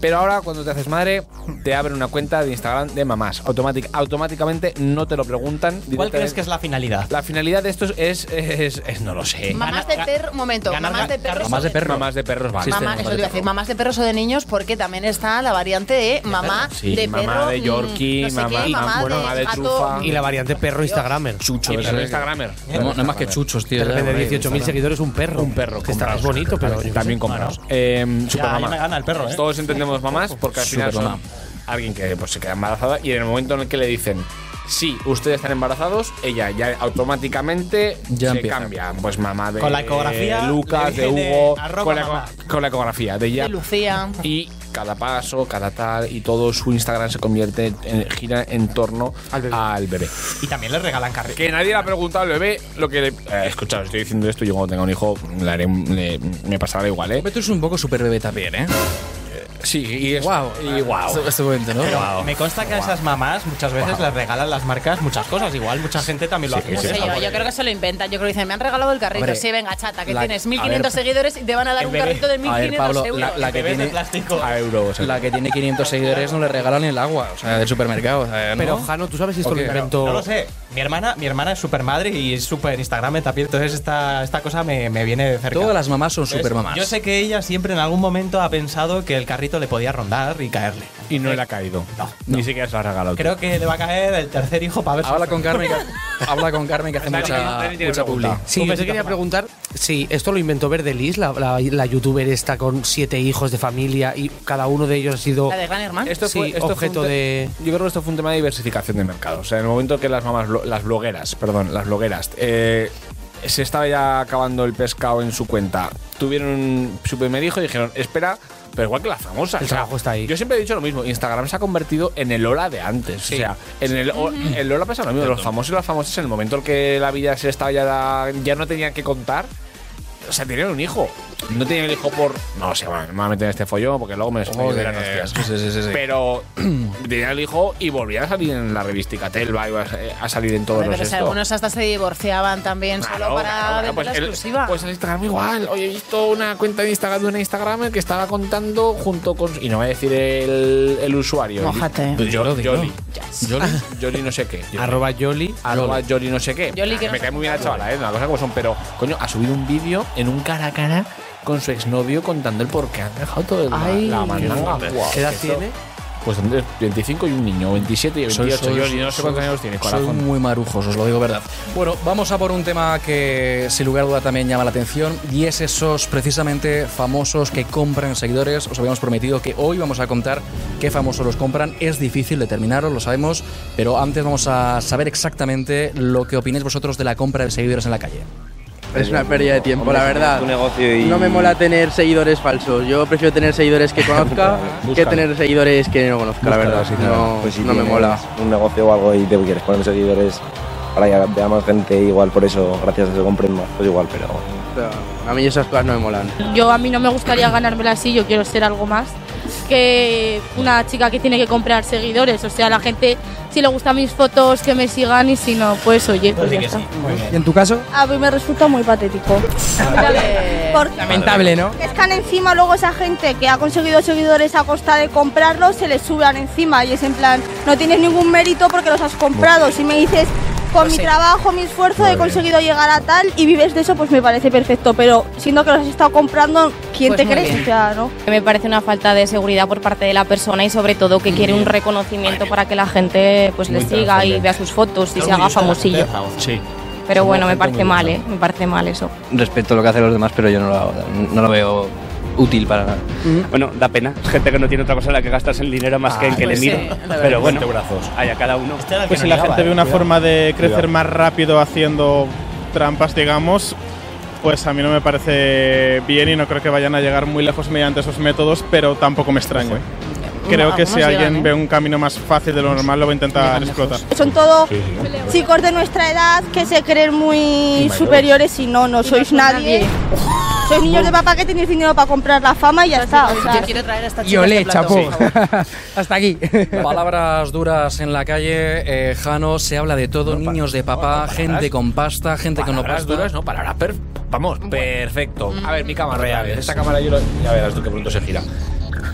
S6: Pero ahora cuando te haces madre, te abren una cuenta de Instagram de mamás. Automatic- automáticamente no te lo preguntan.
S5: ¿Cuál
S6: directamente.
S5: crees que es la finalidad?
S6: La finalidad de esto es, es- es- es- no lo sé.
S3: Mamás de perro, un momento, mamás de perros.
S6: de perros. Mamás Este de perros, vale.
S3: Mamá, eso te iba a decir, mamás de perros o de niños, porque también está la variante de mamá
S6: Sí,
S3: de
S6: mamá
S3: perro.
S6: de
S3: mm,
S6: Yorkie,
S3: no sé
S6: mamá-
S3: qué,
S6: mamá,
S3: mamá
S6: bueno,
S3: de
S6: mamá de
S3: gato,
S6: trufa.
S3: mm,
S7: Y la variante perro Instagramer.
S6: Chucho,
S2: eso es.
S6: Instagramer.
S2: ¿eh? No, no es más que chuchos, tío.
S7: De
S2: ya,
S7: repente
S2: por ahí,
S7: 18.000
S2: Instagram.
S7: seguidores, un perro.
S6: Un perro,
S7: Está
S6: compraos.
S7: es bonito, pero. yo qué
S6: También
S7: sé.
S6: compramos. Eh, supermamá.
S5: Ya, ya me gana el perro, ¿eh?
S6: Todos entendemos mamás porque al final son
S2: Supermamá.
S6: alguien que pues, se queda embarazada y en el momento en el que le dicen sí, ustedes están embarazados, ella ya automáticamente
S2: Ya
S6: se
S2: empieza.
S6: cambia. Pues mamá de eh,
S5: Con la ecografía,
S6: Lucas,
S5: le
S6: de
S5: dicen,
S6: Hugo,
S5: eh, arroba
S6: con la,
S5: mamá.
S6: eco- con la ecografía de ella.
S3: de Lucía.
S6: Y cada paso, cada tal, y todo su Instagram se convierte, en, gira en torno al bebé.
S5: Y también le regalan carril.
S6: Que nadie le ha preguntado al bebé lo que le. Eh, escucha, os estoy diciendo esto, yo cuando tenga un hijo le haré un- le- me pasará igual, ¿eh?
S2: Hombre, tú eres un poco super bebé también, ¿eh?
S6: Sí, y es.
S2: Wow.
S6: Y wow.
S2: Este, este momento, ¿no?
S5: Me consta que a esas mamás muchas veces les regalan las marcas muchas cosas. Igual mucha gente también lo hace.
S3: No sé yo, yo creo que se lo inventan. Yo creo que dicen, me han regalado el carrito.
S2: Hombre,
S3: sí, venga, chata, que
S2: la-
S3: tienes
S2: a
S3: 1500
S2: ver,
S3: seguidores y te van a dar
S5: el
S3: un
S5: bebé-
S3: carrito de
S2: A ver,
S3: 1500
S2: Pablo,
S3: euros.
S2: la, la que
S5: Bebés de
S2: tiene,
S5: plástico.
S6: A euros. eh.
S2: la que tiene 500 seguidores no le regalan el agua, o sea, del supermercado. o sea, ¿eh? ¿no?
S7: Pero, Jano, ¿tú sabes si esto
S2: Ok.
S7: lo inventó.
S5: No lo sé. Mi hermana, mi hermana es super madre y es super Instagram también. Entonces esta, esta cosa me, me viene de cerca.
S2: Todas las mamás son
S5: Entonces,
S2: supermamás.
S5: Yo sé que ella siempre en algún momento ha pensado que el carrito le podía rondar y caerle.
S6: Y no le ha caído.
S5: No.
S6: Ni siquiera se lo ha regalado.
S5: Creo que le va a caer el tercer hijo para ver si-
S2: Habla con Carmen, que, habla con Carmen que hace
S6: Dani,
S2: mucha,
S6: Dani tiene
S2: mucha publi.
S6: pregunta.
S7: Sí, yo te quería preguntar si esto lo inventó Verdelis, la, la, la youtuber esta con siete hijos de familia y cada uno de ellos ha sido.
S3: La de Gran Hermano.
S6: Esto fue,
S7: Sí,
S6: esto fue
S7: objeto
S6: un te-
S7: de-
S6: Yo creo que esto fue un tema de diversificación de mercados. O sea, en el momento que las mamás, blo- las blogueras, perdón, las blogueras, eh, se estaba ya acabando el pescado en su cuenta, tuvieron su primer hijo y dijeron, espera, pero igual que las famosas.
S7: El
S6: o sea,
S7: trabajo está ahí.
S6: Yo siempre he dicho lo mismo, Instagram se ha convertido en el Lola de antes. O sea, en el, o- el Lola pasa lo mismo, los famosos y las famosas en el momento en que la vida se estaba ya, ya no tenían que contar, o sea, tenían un hijo. No tenían el hijo por. No, sé, bueno, me voy a meter en este follón porque luego me
S2: Joder. eh,
S6: despedirán hostias.
S2: Sí, sí, sí, sí.
S6: Pero (clears throat) tenían el hijo y volvían a salir en la revistica Telva, iba a, eh, a salir en todos
S3: Hombre,
S6: los
S3: pero si
S6: esto.
S3: pues algunos hasta se divorciaban también
S6: Claro,
S3: solo para
S6: claro, claro,
S3: vender
S6: pues
S3: la
S6: el-
S3: exclusiva.
S6: Pues el Instagram igual. Hoy he visto una cuenta de Instagram de una Instagramer que estaba contando junto con. Y no voy a decir el, el usuario.
S3: Mójate.
S6: Pues yo-
S2: Jolly, ¿no?
S6: Jolly.
S3: (laughs)
S6: Jolly. Jolly no sé qué.
S7: Arroba Yoli.
S6: Arroba Jolly no sé qué.
S3: Jolly que no
S6: Me
S3: sé
S6: cae muy bien la
S3: qué.
S6: chavala, ¿eh? Una cosa como son. Pero, coño, ha subido un vídeo en un cara a cara con su exnovio contando el por qué han dejado todo el
S3: Ay,
S6: la mandanga.
S3: qué
S6: Guau,
S7: ¿Qué edad
S6: eso-
S7: tiene?
S6: Pues tendré 25 y un niño, 27 y 28. yo ni no sé
S2: soy-
S6: cuántos años tiene,
S2: soy
S6: corazón.
S2: muy marujos, os lo digo verdad. Bueno, vamos a por un tema que sin lugar a duda también llama la atención y es esos precisamente famosos que compran seguidores. Os habíamos prometido que hoy vamos a contar qué famosos los compran. Es difícil determinarlo, lo sabemos, pero antes vamos a saber exactamente lo que opináis vosotros de la compra de seguidores en la calle.
S12: Es una pérdida de tiempo,
S10: Hombre,
S12: la
S10: si tienes
S12: verdad.
S10: tu negocio y-
S12: No me mola tener seguidores falsos. Yo prefiero tener seguidores
S10: (laughs)
S12: que conozca que
S10: Búscalo.
S12: tener seguidores que no conozca, la verdad. No,
S10: Pues si
S12: no me
S10: tienes
S12: mola.
S10: Un negocio o algo y te quieres poner seguidores para que vea más gente, igual por eso, gracias a eso compren más, pues igual, pero.
S12: O sea, a mí esas cosas no me molan.
S11: Yo a mí no me gustaría ganármela así, yo quiero ser algo más que una chica que tiene que comprar seguidores. O sea, la gente, si le gustan mis fotos, que me sigan y si no, pues oye, pues ya está.
S8: ¿Y en tu caso?
S11: A mí me resulta muy patético. Porque
S8: Lamentable, ¿no?
S11: es que encima luego esa gente que ha conseguido seguidores a costa de comprarlos, se les suban encima y es en plan, no tienes ningún mérito porque los has comprado. Si me dices, con mi trabajo, mi esfuerzo he conseguido llegar a tal y vives de eso, pues me parece perfecto. Pero siendo que los has estado comprando, ¿quién
S13: Pues
S11: te
S13: muy
S11: crees?
S13: bien.
S11: O sea, ¿no?
S13: Me parece una falta de seguridad por parte de la persona y sobre todo que quiere un reconocimiento para que la gente pues le
S6: Muy
S13: siga y
S6: trascendente.
S13: vea sus fotos y se haga famosillo.
S6: Sí.
S13: Pero
S12: Somos
S13: bueno, me
S12: gente
S13: parece
S12: muy
S13: mal,
S12: loca.
S13: ¿eh? Me parece mal eso.
S12: Respeto lo que hacen los demás, pero yo no lo, hago, no lo veo útil para nada.
S9: Bueno, da pena. Es gente que no tiene otra cosa en la que gastarse el dinero más que
S2: Ah,
S9: en que
S12: pues
S9: le
S12: sí,
S9: miro.
S12: la verdad.
S9: Pero bueno,
S12: Cuentebrazos.
S9: hay a cada uno.
S4: Pues si la gente ve una forma de crecer
S9: Cuidado.
S4: más rápido haciendo trampas, digamos, pues a mí no me parece bien y no creo que vayan a llegar muy lejos mediante esos métodos, pero tampoco me extraño. Creo que
S11: Algunos
S4: si
S11: llegan,
S4: alguien
S11: ¿eh?
S4: ve un camino más fácil de lo normal lo va a intentar explotar.
S11: Son todos
S4: Sí,
S11: chicos de nuestra edad que se creen muy
S4: mayores.
S11: superiores y no, no sois nadie. Sois niños de papá que tenéis dinero para comprar la fama y ya está. o sea.
S3: Yo quiero traer a esta chica.
S8: Y olé,
S3: este plato,
S8: chapó.
S3: por favor.
S8: (laughs) Hasta aquí.
S2: (laughs) Palabras duras en la calle, eh, Jano, se habla de todo, niños de papá, gente con pasta, gente con no
S6: Palabras
S2: pasta.
S6: duras, no, palabras per- Vamos, perfecto. A ver, mi cámara
S2: Reales.
S6: real. Esta cámara yo lo... Ya verás tú que pronto se gira.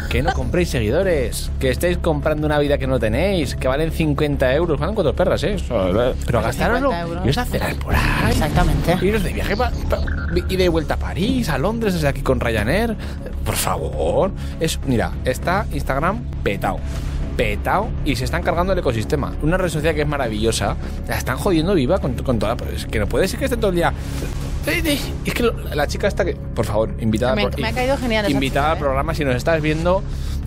S6: Que no compréis seguidores, que estáis comprando una vida que no tenéis, que valen 50 euros, valen cuatro perras, ¿eh? Eso, eh, Pero gastaroslo
S3: 50 euros.
S6: y os a cenar por ahí.
S3: Exactamente.
S6: Iros de viaje pa- pa- y de vuelta a París, a Londres, desde aquí con Ryanair. Por favor. Es, mira, está Instagram petao. Petao y se están cargando el ecosistema. Una red social que es maravillosa. La están jodiendo viva con, con toda la. Es que no puede ser que esté todo el día. Eh, eh, Es que lo- la chica está que. Por favor, invitada.
S3: Me-
S6: por-
S3: me ha caído genial esa ¿eh?
S6: Invitada al programa, si nos estás viendo.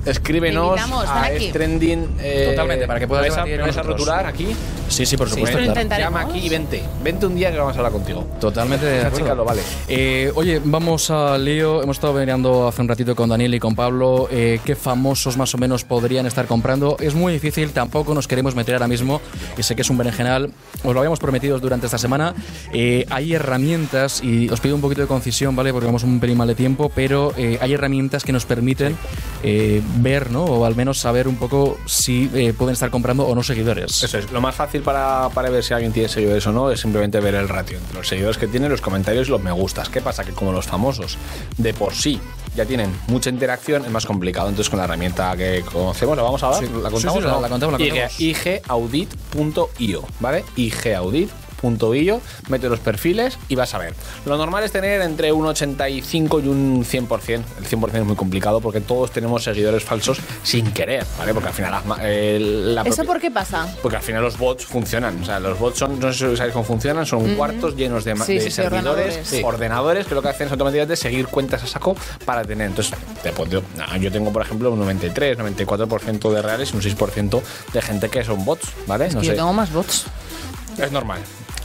S6: Escríbenos
S3: Te invitamos,
S6: a
S3: ven aquí.
S6: Es trending. eh,
S2: Totalmente, para que puedas
S6: ¿me vas a-
S2: debatir
S6: me vas a
S2: nosotros.
S6: rotular aquí?
S2: Sí, sí, por
S6: Sí,
S2: supuesto.
S6: esto lo
S2: claro.
S6: intentaremos. Llama aquí y vente. Vente un día que vamos a hablar contigo.
S2: Totalmente de
S6: Esa
S2: acuerdo.
S6: chica lo vale.
S2: Eh, oye, vamos al lío. Hemos estado mirando hace un ratito con Daniel y con Pablo eh, qué famosos más o menos podrían estar comprando. Es muy difícil, tampoco nos queremos meter ahora mismo. Y sé que es un berenjenal. Os lo habíamos prometido durante esta semana. Eh, hay herramientas, y os pido un poquito de concisión, ¿vale? Porque vamos un pelín mal de tiempo, pero eh, hay herramientas que nos permiten eh, ver, ¿no? O al menos saber un poco si eh, pueden estar comprando o no seguidores.
S6: Eso es. Lo más fácil para, para ver si alguien tiene seguidores o no es simplemente ver el ratio entre los seguidores que tiene, los comentarios y los me gustas. ¿Qué pasa? Que como los famosos de por sí ya tienen mucha interacción, es más complicado. Entonces, con la herramienta que conocemos, la vamos a dar.
S2: Sí.
S6: ¿La
S2: Sí,
S6: contamos?
S2: sí, la-
S6: ¿no?
S2: la contamos, la
S6: IG
S2: contamos.
S6: igaudit.io, ¿vale? igaudit.io, mete los perfiles y vas a ver. Lo normal es tener entre un 85 y un 100%. El 100% es muy complicado porque todos tenemos seguidores falsos sin querer, ¿vale? Porque al final las ma- eh, la
S3: ¿Eso
S6: propia-
S3: por qué pasa?
S6: porque al final los bots funcionan. O sea, los bots son, no sé si sabéis cómo funcionan, son
S3: Ujú.
S6: cuartos llenos de, ma-
S3: Sí,
S6: de
S3: sí, sí,
S6: servidores,
S3: ordenadores.
S6: ordenadores,
S3: Sí.
S6: que lo que hacen es automáticamente seguir cuentas a saco para tener. Entonces, te pon- yo- no, yo tengo, por ejemplo, un 93, 94% de reales y un 6% de gente que son bots, ¿vale?
S3: Es
S6: No
S3: que yo
S6: sé.
S3: tengo más bots.
S6: Es normal.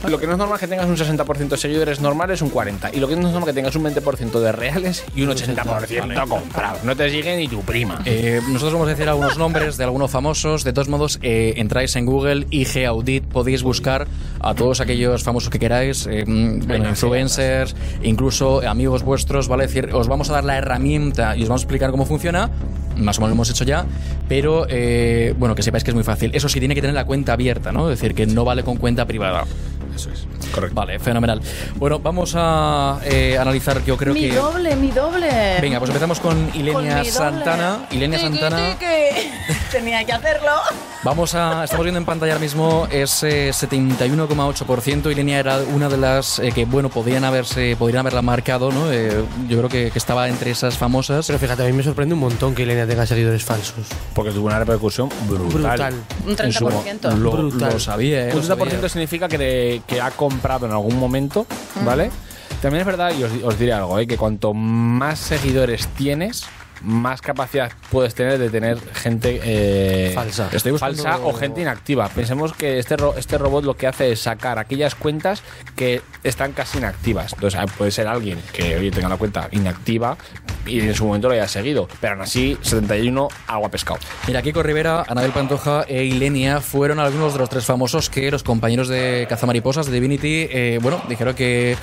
S6: Lo que no es normal es que tengas un 60% de seguidores normales, un 40%. Y lo que no es normal es que tengas un 20% de reales y un 80% comprado. No te sigue ni tu prima.
S2: Eh, nosotros vamos a decir algunos nombres de algunos famosos. De todos modos, eh, entráis en Google, IG Audit, podéis buscar a todos aquellos famosos que queráis, eh, mm, bueno, influencers, incluso amigos vuestros, ¿vale? Es decir, os vamos a dar la herramienta y os vamos a explicar cómo funciona. Más o menos lo hemos hecho ya, pero eh, bueno, que sepáis que es muy fácil. Eso sí, tiene que tener la cuenta abierta, ¿no? Es decir, que no vale con cuenta privada.
S6: Eso es. Correcto.
S2: Vale, fenomenal. Bueno, vamos a eh, analizar, yo creo
S3: mi
S2: que.
S3: doble, mi doble.
S2: Venga, pues empezamos con
S3: Con mi
S2: Ilenia
S3: doble.
S2: Santana. Ilenia
S3: Tiqui,
S2: Santana.
S3: tiqui. Tenía que (laughs) hacerlo.
S2: Vamos a. Estamos viendo en pantalla ahora mismo ese 71,8%. Ilenia era una de las eh, que, bueno, podían haberse, podrían haberla marcado, ¿no? Eh, yo creo que, que estaba entre esas famosas.
S7: Pero fíjate, a mí me sorprende un montón que Elena tenga seguidores falsos.
S6: Porque tuvo una repercusión brutal.
S7: Brutal.
S3: Un
S6: En su mo-
S3: 30%.
S6: Lo,
S7: Brutal.
S6: lo sabía, ¿eh?
S2: Lo
S6: Un 30% significa que, que ha comprado en algún momento, ¿vale? También es verdad, y os, os diré algo, ¿eh? que cuanto más seguidores tienes, más capacidad puedes tener de tener gente eh,
S7: Falsa.
S2: Estoy buscando-
S6: falsa o gente inactiva. Pensemos que este, ro- este robot lo que hace es sacar aquellas cuentas que están casi inactivas. Entonces, ah, puede ser alguien que oye, tenga la cuenta inactiva y en su momento lo haya seguido. Pero aún así, 71 agua pescado.
S2: Mira, Kiko Rivera, Anabel Pantoja e Ilenia fueron algunos de los tres famosos que los compañeros de Cazamariposas, de Divinity, eh, bueno, dijeron que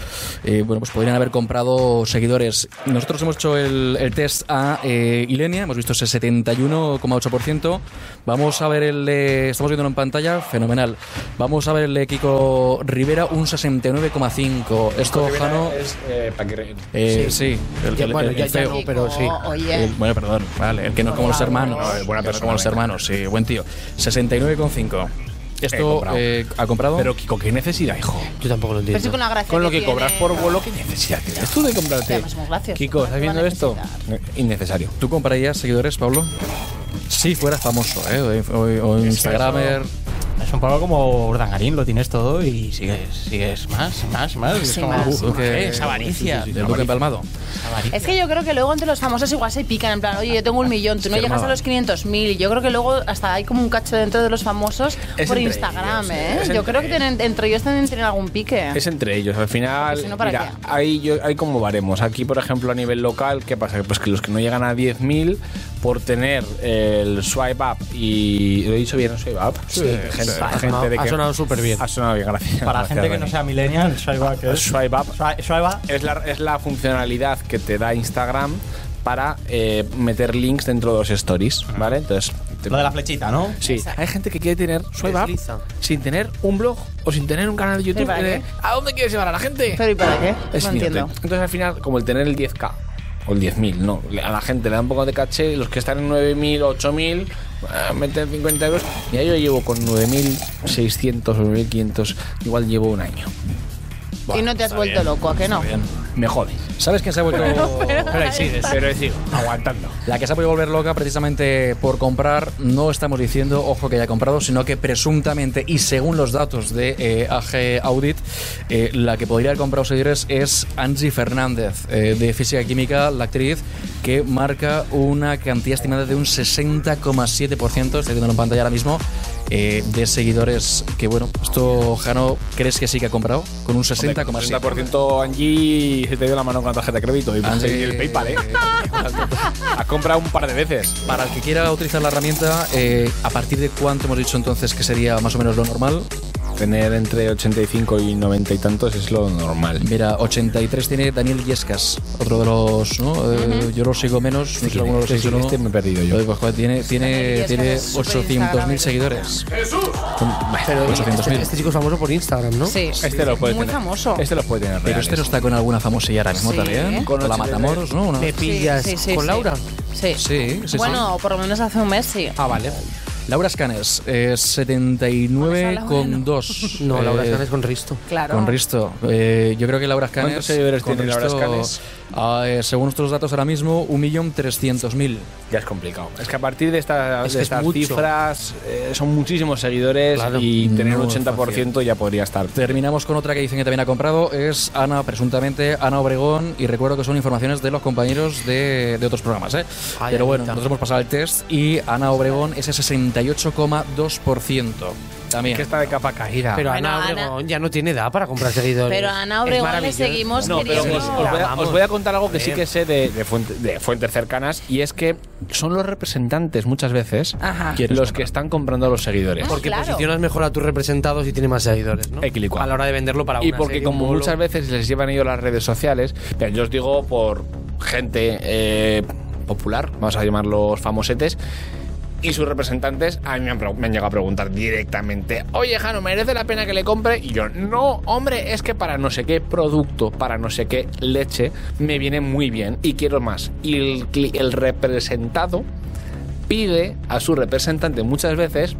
S2: eh, bueno, pues podrían haber comprado seguidores. Nosotros hemos hecho el, el test a eh, Ilenia, hemos visto ese 71,8%. Vamos a ver el de, estamos viéndolo en pantalla, fenomenal. Vamos a ver el de Kiko Rivera, un 69,5%. Esto, Jano.
S6: Es, eh, para que re-
S2: eh, sí. el-
S7: Ya,
S2: el-
S7: bueno,
S2: el
S7: ya, ya
S2: feo.
S7: no, pero sí.
S3: Oye.
S2: Eh, bueno, perdón, vale, el que no es como los hermanos.
S6: No,
S2: el
S6: es buena
S2: que no es
S6: persona,
S2: como los
S6: venga.
S2: hermanos, sí, buen tío. 69,5.
S6: He
S2: Esto
S6: comprado.
S2: eh, ha comprado.
S6: Pero Kiko, ¿qué necesidad, hijo?
S7: Yo tampoco lo
S3: Pero Pues sí
S7: entiendo.
S3: con la gracia
S6: Con lo que
S3: tiene.
S6: cobras por vuelo, ¿qué necesidad tienes tú de
S3: Que
S6: comprarte?
S3: además son graciosos,
S6: Kiko,
S3: no
S6: ¿estás
S3: te van a
S6: viendo esto?
S3: necesitar.
S6: Innecesario.
S2: ¿Tú comprarías seguidores, Pablo? Si fueras famoso, ¿eh? O, o- o Instagramer.
S5: Es un poco como Urdangarín, lo tienes todo y sigues, sigues más, más, más. y es
S2: Sí,
S5: como,
S2: más,
S5: "Uh,
S2: más".
S5: ¿qué? Es avaricia.
S2: Sí, sí, sí, el duque empalmado.
S3: Es que yo creo que luego entre los famosos igual se pican, en plan, oye, yo tengo un millón, tú no
S2: Se
S3: llegas a
S2: armaban.
S3: los 500.000. Y yo creo que luego hasta hay como un cacho dentro de los famosos
S6: Es
S3: por
S6: entre
S3: Instagram,
S6: ellos,
S3: ¿eh?
S6: es
S3: Yo
S6: entre
S3: creo que tienen, entre ellos también tienen algún pique.
S6: Es entre ellos. Al final,
S3: Porque si no, ¿para
S6: mira, hay, yo- hay como baremos. Aquí, por ejemplo, a nivel local, ¿qué pasa? Pues que los que no llegan a 10.000 por tener el swipe up y. ¿Lo he dicho bien el swipe up?
S5: Sí, sí.
S6: gente, gente
S5: Ha sonado-
S6: de
S5: ha
S6: que-
S5: sonado superbién.
S6: Ha sonado bien, gracias.
S5: Para la
S6: gracias,
S5: gente que no ¿eh?
S6: Dani.
S5: sea millennial, swipe up, ¿qué es?
S6: Swipe up.
S5: Swi- swipe up.
S6: Es la, es la funcionalidad que te da Instagram para eh, meter links dentro de los stories, ¿vale? Entonces. te-
S5: Lo de Ah. la flechita, ¿no?
S6: Sí. Hay gente que quiere tener swipe up
S5: Desliza.
S6: sin tener un blog o sin tener un canal de YouTube.
S5: para
S6: que
S5: qué?
S6: le- ¿A dónde quieres llevar a la gente?
S3: ¿Pero y para qué?
S6: Es
S3: no
S6: inútil.
S3: entiendo.
S6: Entonces al final, como el tener el 10K o el 10.000, no, le- a la gente le da un poco de caché, los que están en 9.000, 8.000, eh, meten 50 euros. Mira, yo llevo con 9.600 o 9.500, igual llevo un año.
S3: y no te has vuelto loco, ¿a que no?
S6: Me jode.
S2: ¿Sabes quién se ha vuelto?
S6: (laughs) Pero ahí sigues. Pero ahí sigo, aguantando.
S2: La que se ha podido volver loca precisamente por comprar, no estamos diciendo, ojo, que haya comprado, sino que presuntamente y según los datos de eh, AG Audit, eh, la que podría haber comprado seguidores es Angie Fernández, eh, de Física y Química, la actriz que marca una cantidad estimada de un 60,7%, estoy viéndolo en pantalla ahora mismo, eh, de seguidores que, bueno, esto, Jano, ¿crees que sí que ha comprado? Con un 60,7%.
S6: 60% Angie se te dio la mano con la tarjeta de crédito y,
S2: Angie-
S6: y el PayPal, ¿eh? Has comprado un par de veces.
S2: Para el que quiera utilizar la herramienta, eh, ¿a partir de cuánto hemos dicho entonces que sería más o menos lo normal?
S6: Tener entre 85 y 90 y tantos es lo normal.
S2: Mira, 83 tiene Daniel Yescas, otro de los. ¿no? Eh, Yo lo sigo menos, no sé si alguno lo sigue.
S6: Este-
S2: ¿no?
S6: este me he perdido yo.
S2: Oye, pues, joder, tiene tiene,
S7: Yescas
S2: tiene
S7: es súper
S2: 800.000
S7: Instagramer.
S2: seguidores.
S7: ¡Jesús!
S2: Pero
S7: Este, este chico es famoso por Instagram, ¿no?
S3: Sí. Este lo puede Muy tener. famoso. Este
S6: lo puede tener.
S2: Pero este no está con alguna famosilla ahora mismo
S3: Sí. Con
S2: también. Con la
S6: 83.
S2: Matamoros, ¿no? Una-
S7: Me pillas
S3: Sí, sí, sí,
S7: con
S3: sí.
S7: Laura.
S3: Sí.
S2: Sí, sí, sí.
S3: bueno, por lo menos hace un mes sí.
S2: Ah, vale. Laura Escanes, eh, 79,2.
S7: No, Laura
S2: Eh,
S7: Escanes con Risto.
S3: Claro.
S2: Con Risto. Eh, yo creo que Laura Escanes.
S6: ¿Cuántos seguidores
S2: con
S6: tiene Laura
S2: Risto,
S6: Escanes?
S2: ah, eh, según nuestros datos ahora mismo, 1.300.000.
S6: Ya es complicado. Es que a partir de, esta-
S2: Es que
S6: de
S2: es
S6: estas
S2: mucho.
S6: cifras eh, son muchísimos seguidores y tener
S2: No
S6: un
S2: es
S6: 80% ya podría estar.
S2: Terminamos con otra que dicen que también ha comprado. Es Ana, presuntamente, Ana Obregón. Y recuerdo que son informaciones de los compañeros de, de otros programas. ¿eh?
S7: Ay,
S2: Pero bueno,
S7: Anita.
S2: nosotros hemos pasado el test y Ana Obregón es el 68,2%. También.
S6: Que está de capa caída.
S7: Pero
S2: Bueno,
S7: Ana
S2: Ana-
S7: Obregón ya no tiene edad para comprar seguidores.
S3: Pero a Ana
S7: Es
S3: Obregón le
S7: maravilloso. ¿eh?
S3: seguimos
S6: No, pero os,
S3: queriendo.
S6: os voy a, os voy a contar algo que sí
S7: Joder.
S6: que sé de, de fuente- de fuentes cercanas y es que son los representantes muchas veces
S3: Ajá. Ah,
S6: los que están comprando a los seguidores.
S7: Porque
S3: Claro.
S7: posicionas mejor a tus representados y tienes más seguidores, ¿no?
S6: Equilicuado.
S7: A la hora de venderlo para
S6: y
S7: una
S6: porque
S7: serie,
S6: como
S7: un bolo.
S6: muchas veces les llevan ellos las redes sociales, mira, yo os digo por gente eh, popular, vamos a llamarlos famosetes, y sus representantes a mí me han, pre- me han llegado a preguntar directamente, oye Jano, ¿merece la pena que le compre? Y yo, no, hombre, es que para no sé qué producto, para no sé qué leche, me viene muy bien y quiero más. Y el, cli- el representado pide a su representante muchas veces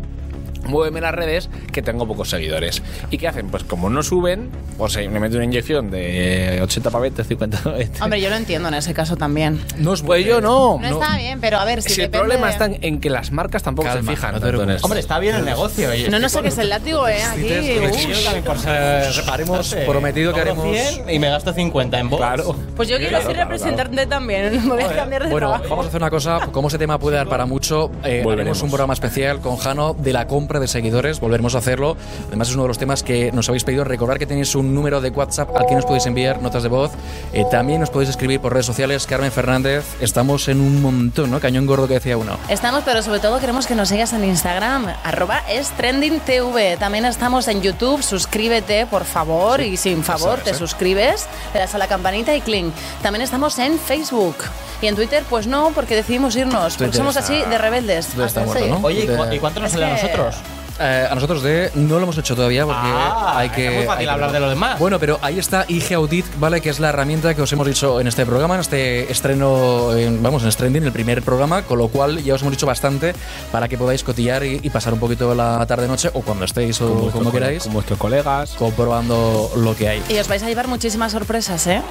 S6: muéveme las redes que tengo pocos seguidores. ¿Y qué hacen? Pues como no suben, pues eh, me meten una inyección de eh, 80 pavetes, 50 pavetes.
S3: Hombre, yo lo entiendo en ese caso también.
S2: No es
S6: Pues yo no.
S3: No, está bien, pero a ver, si,
S6: Si el
S3: depende
S6: problema
S3: de-
S6: está en en que las marcas tampoco se fijan. tanto en esto.
S5: Hombre, está bien el negocio. oye.
S3: No, no sé qué es el látigo, ¿eh? Aquí. uy.
S5: Yo también por ser- reparemos, eh,
S2: prometido que
S5: cobro
S2: haremos-
S5: 100 y me gasto 50 en bots. Claro.
S3: Pues yo quiero ser representante también. Me voy a cambiar de
S2: Bueno,
S3: trabajo.
S2: vamos a hacer una cosa, como ese tema puede dar para mucho, eh, haremos
S6: Volveremos.
S2: un programa especial con Jano de la compra de seguidores, volveremos a hacerlo. Además es uno de los temas que nos habéis pedido, recordar que tenéis un número de WhatsApp al que nos podéis enviar notas de voz, Eh, también nos podéis escribir por redes sociales, Carmen Fernández, estamos en un montón, ¿no? Cañón gordo que decía uno.
S3: Estamos, pero sobre todo queremos que nos sigas en Instagram, arroba es trending TV. También estamos en YouTube, suscríbete, por favor, y sin favor
S13: sabes,
S3: te
S13: ¿eh?
S3: suscribes, le das a la campanita y clink. También estamos en Facebook. Y en Twitter, pues no, porque decidimos irnos, porque
S2: Twitter
S3: somos
S2: está-
S3: así de rebeldes.
S2: Twitter está
S3: Ah,
S2: muerto,
S3: sí.
S2: ¿no? Oye, ¿y cu- Twitter- y cuánto
S5: nos
S3: Es
S5: sale a
S3: que-
S5: nosotros?
S2: Eh, a nosotros de no lo hemos hecho todavía porque
S5: Ah,
S2: hay que.
S5: es muy fácil
S2: hay que-
S5: hablar de lo demás.
S2: Bueno, pero ahí está IG Audit, ¿vale? Que es la herramienta que os hemos dicho en este programa, en este estreno, en- vamos, en Stranding, el primer programa, con lo cual ya os hemos dicho bastante para que podáis cotillar y, y pasar un poquito la tarde-noche o cuando estéis o como,
S6: vuestros
S2: queráis.
S6: Con vuestros colegas.
S2: Comprobando lo que hay.
S3: Y os vais a llevar muchísimas sorpresas, ¿eh?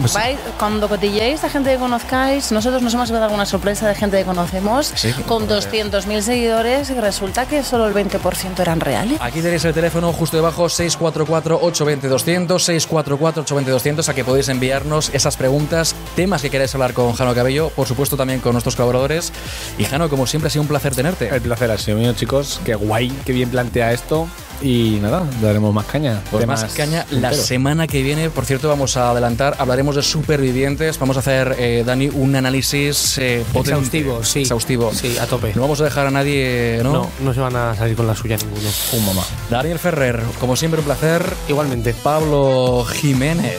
S2: Pues-
S3: Vais- cuando cotilleéis a gente que conozcáis, nosotros nos hemos dado alguna sorpresa de gente que conocemos
S2: Sí,
S3: con
S2: joder.
S3: 200.000 seguidores y resulta que solo el 20% eran reales.
S2: Aquí tenéis el teléfono justo debajo 644-820-200, 644-820-200, a que podéis enviarnos esas preguntas, temas que queráis hablar con Jano Cabello, por supuesto también con nuestros colaboradores. Y Jano, como siempre, ha sido un placer tenerte.
S7: Eh,
S6: El placer ha sido mío, chicos. Qué guay, qué bien plantea esto. Y nada, daremos más caña.
S2: Pues más caña la
S6: entero.
S2: semana que viene. Por cierto, vamos a adelantar, hablaremos de supervivientes. Vamos a hacer, eh, Dani, un análisis eh, potente.
S7: Exhaustivo, sí.
S2: Exhaustivo.
S7: Sí, a tope.
S2: No vamos a dejar a nadie, ¿no?
S7: No, no se van a salir con la suya ninguno.
S2: Un mamá. Daniel Ferrer, como siempre, un placer. Igualmente. Pablo Jiménez,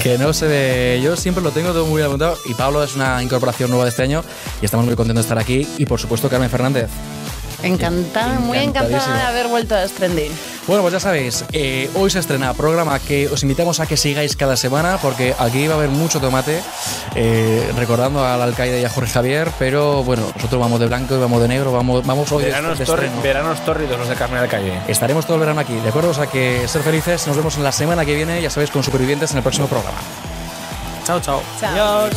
S2: que no se ve. Yo siempre lo tengo todo muy bien apuntado. Y Pablo es una incorporación nueva de este año y estamos muy contentos de estar aquí. Y por supuesto, Carmen Fernández.
S3: Encantada, muy encantada de
S2: Encantadísimo.
S3: haber vuelto a Trendy.
S2: Bueno, pues ya sabéis, eh, hoy se estrena programa que os invitamos a que sigáis cada semana porque aquí va a haber mucho tomate, eh, recordando al alcaide y a Jorge Javier, pero bueno, nosotros vamos de blanco y vamos de negro, vamos, vamos hoy de-
S6: Veranos,
S2: de
S6: torri-
S2: estreno.
S6: veranos tórridos los de Carmen del Calle.
S2: Estaremos todo el verano aquí, ¿de acuerdo? O sea que ser felices, nos vemos en la semana que viene, ya sabéis, con Supervivientes en el próximo programa.
S7: Chao, chao.
S3: Chao.
S5: Adiós.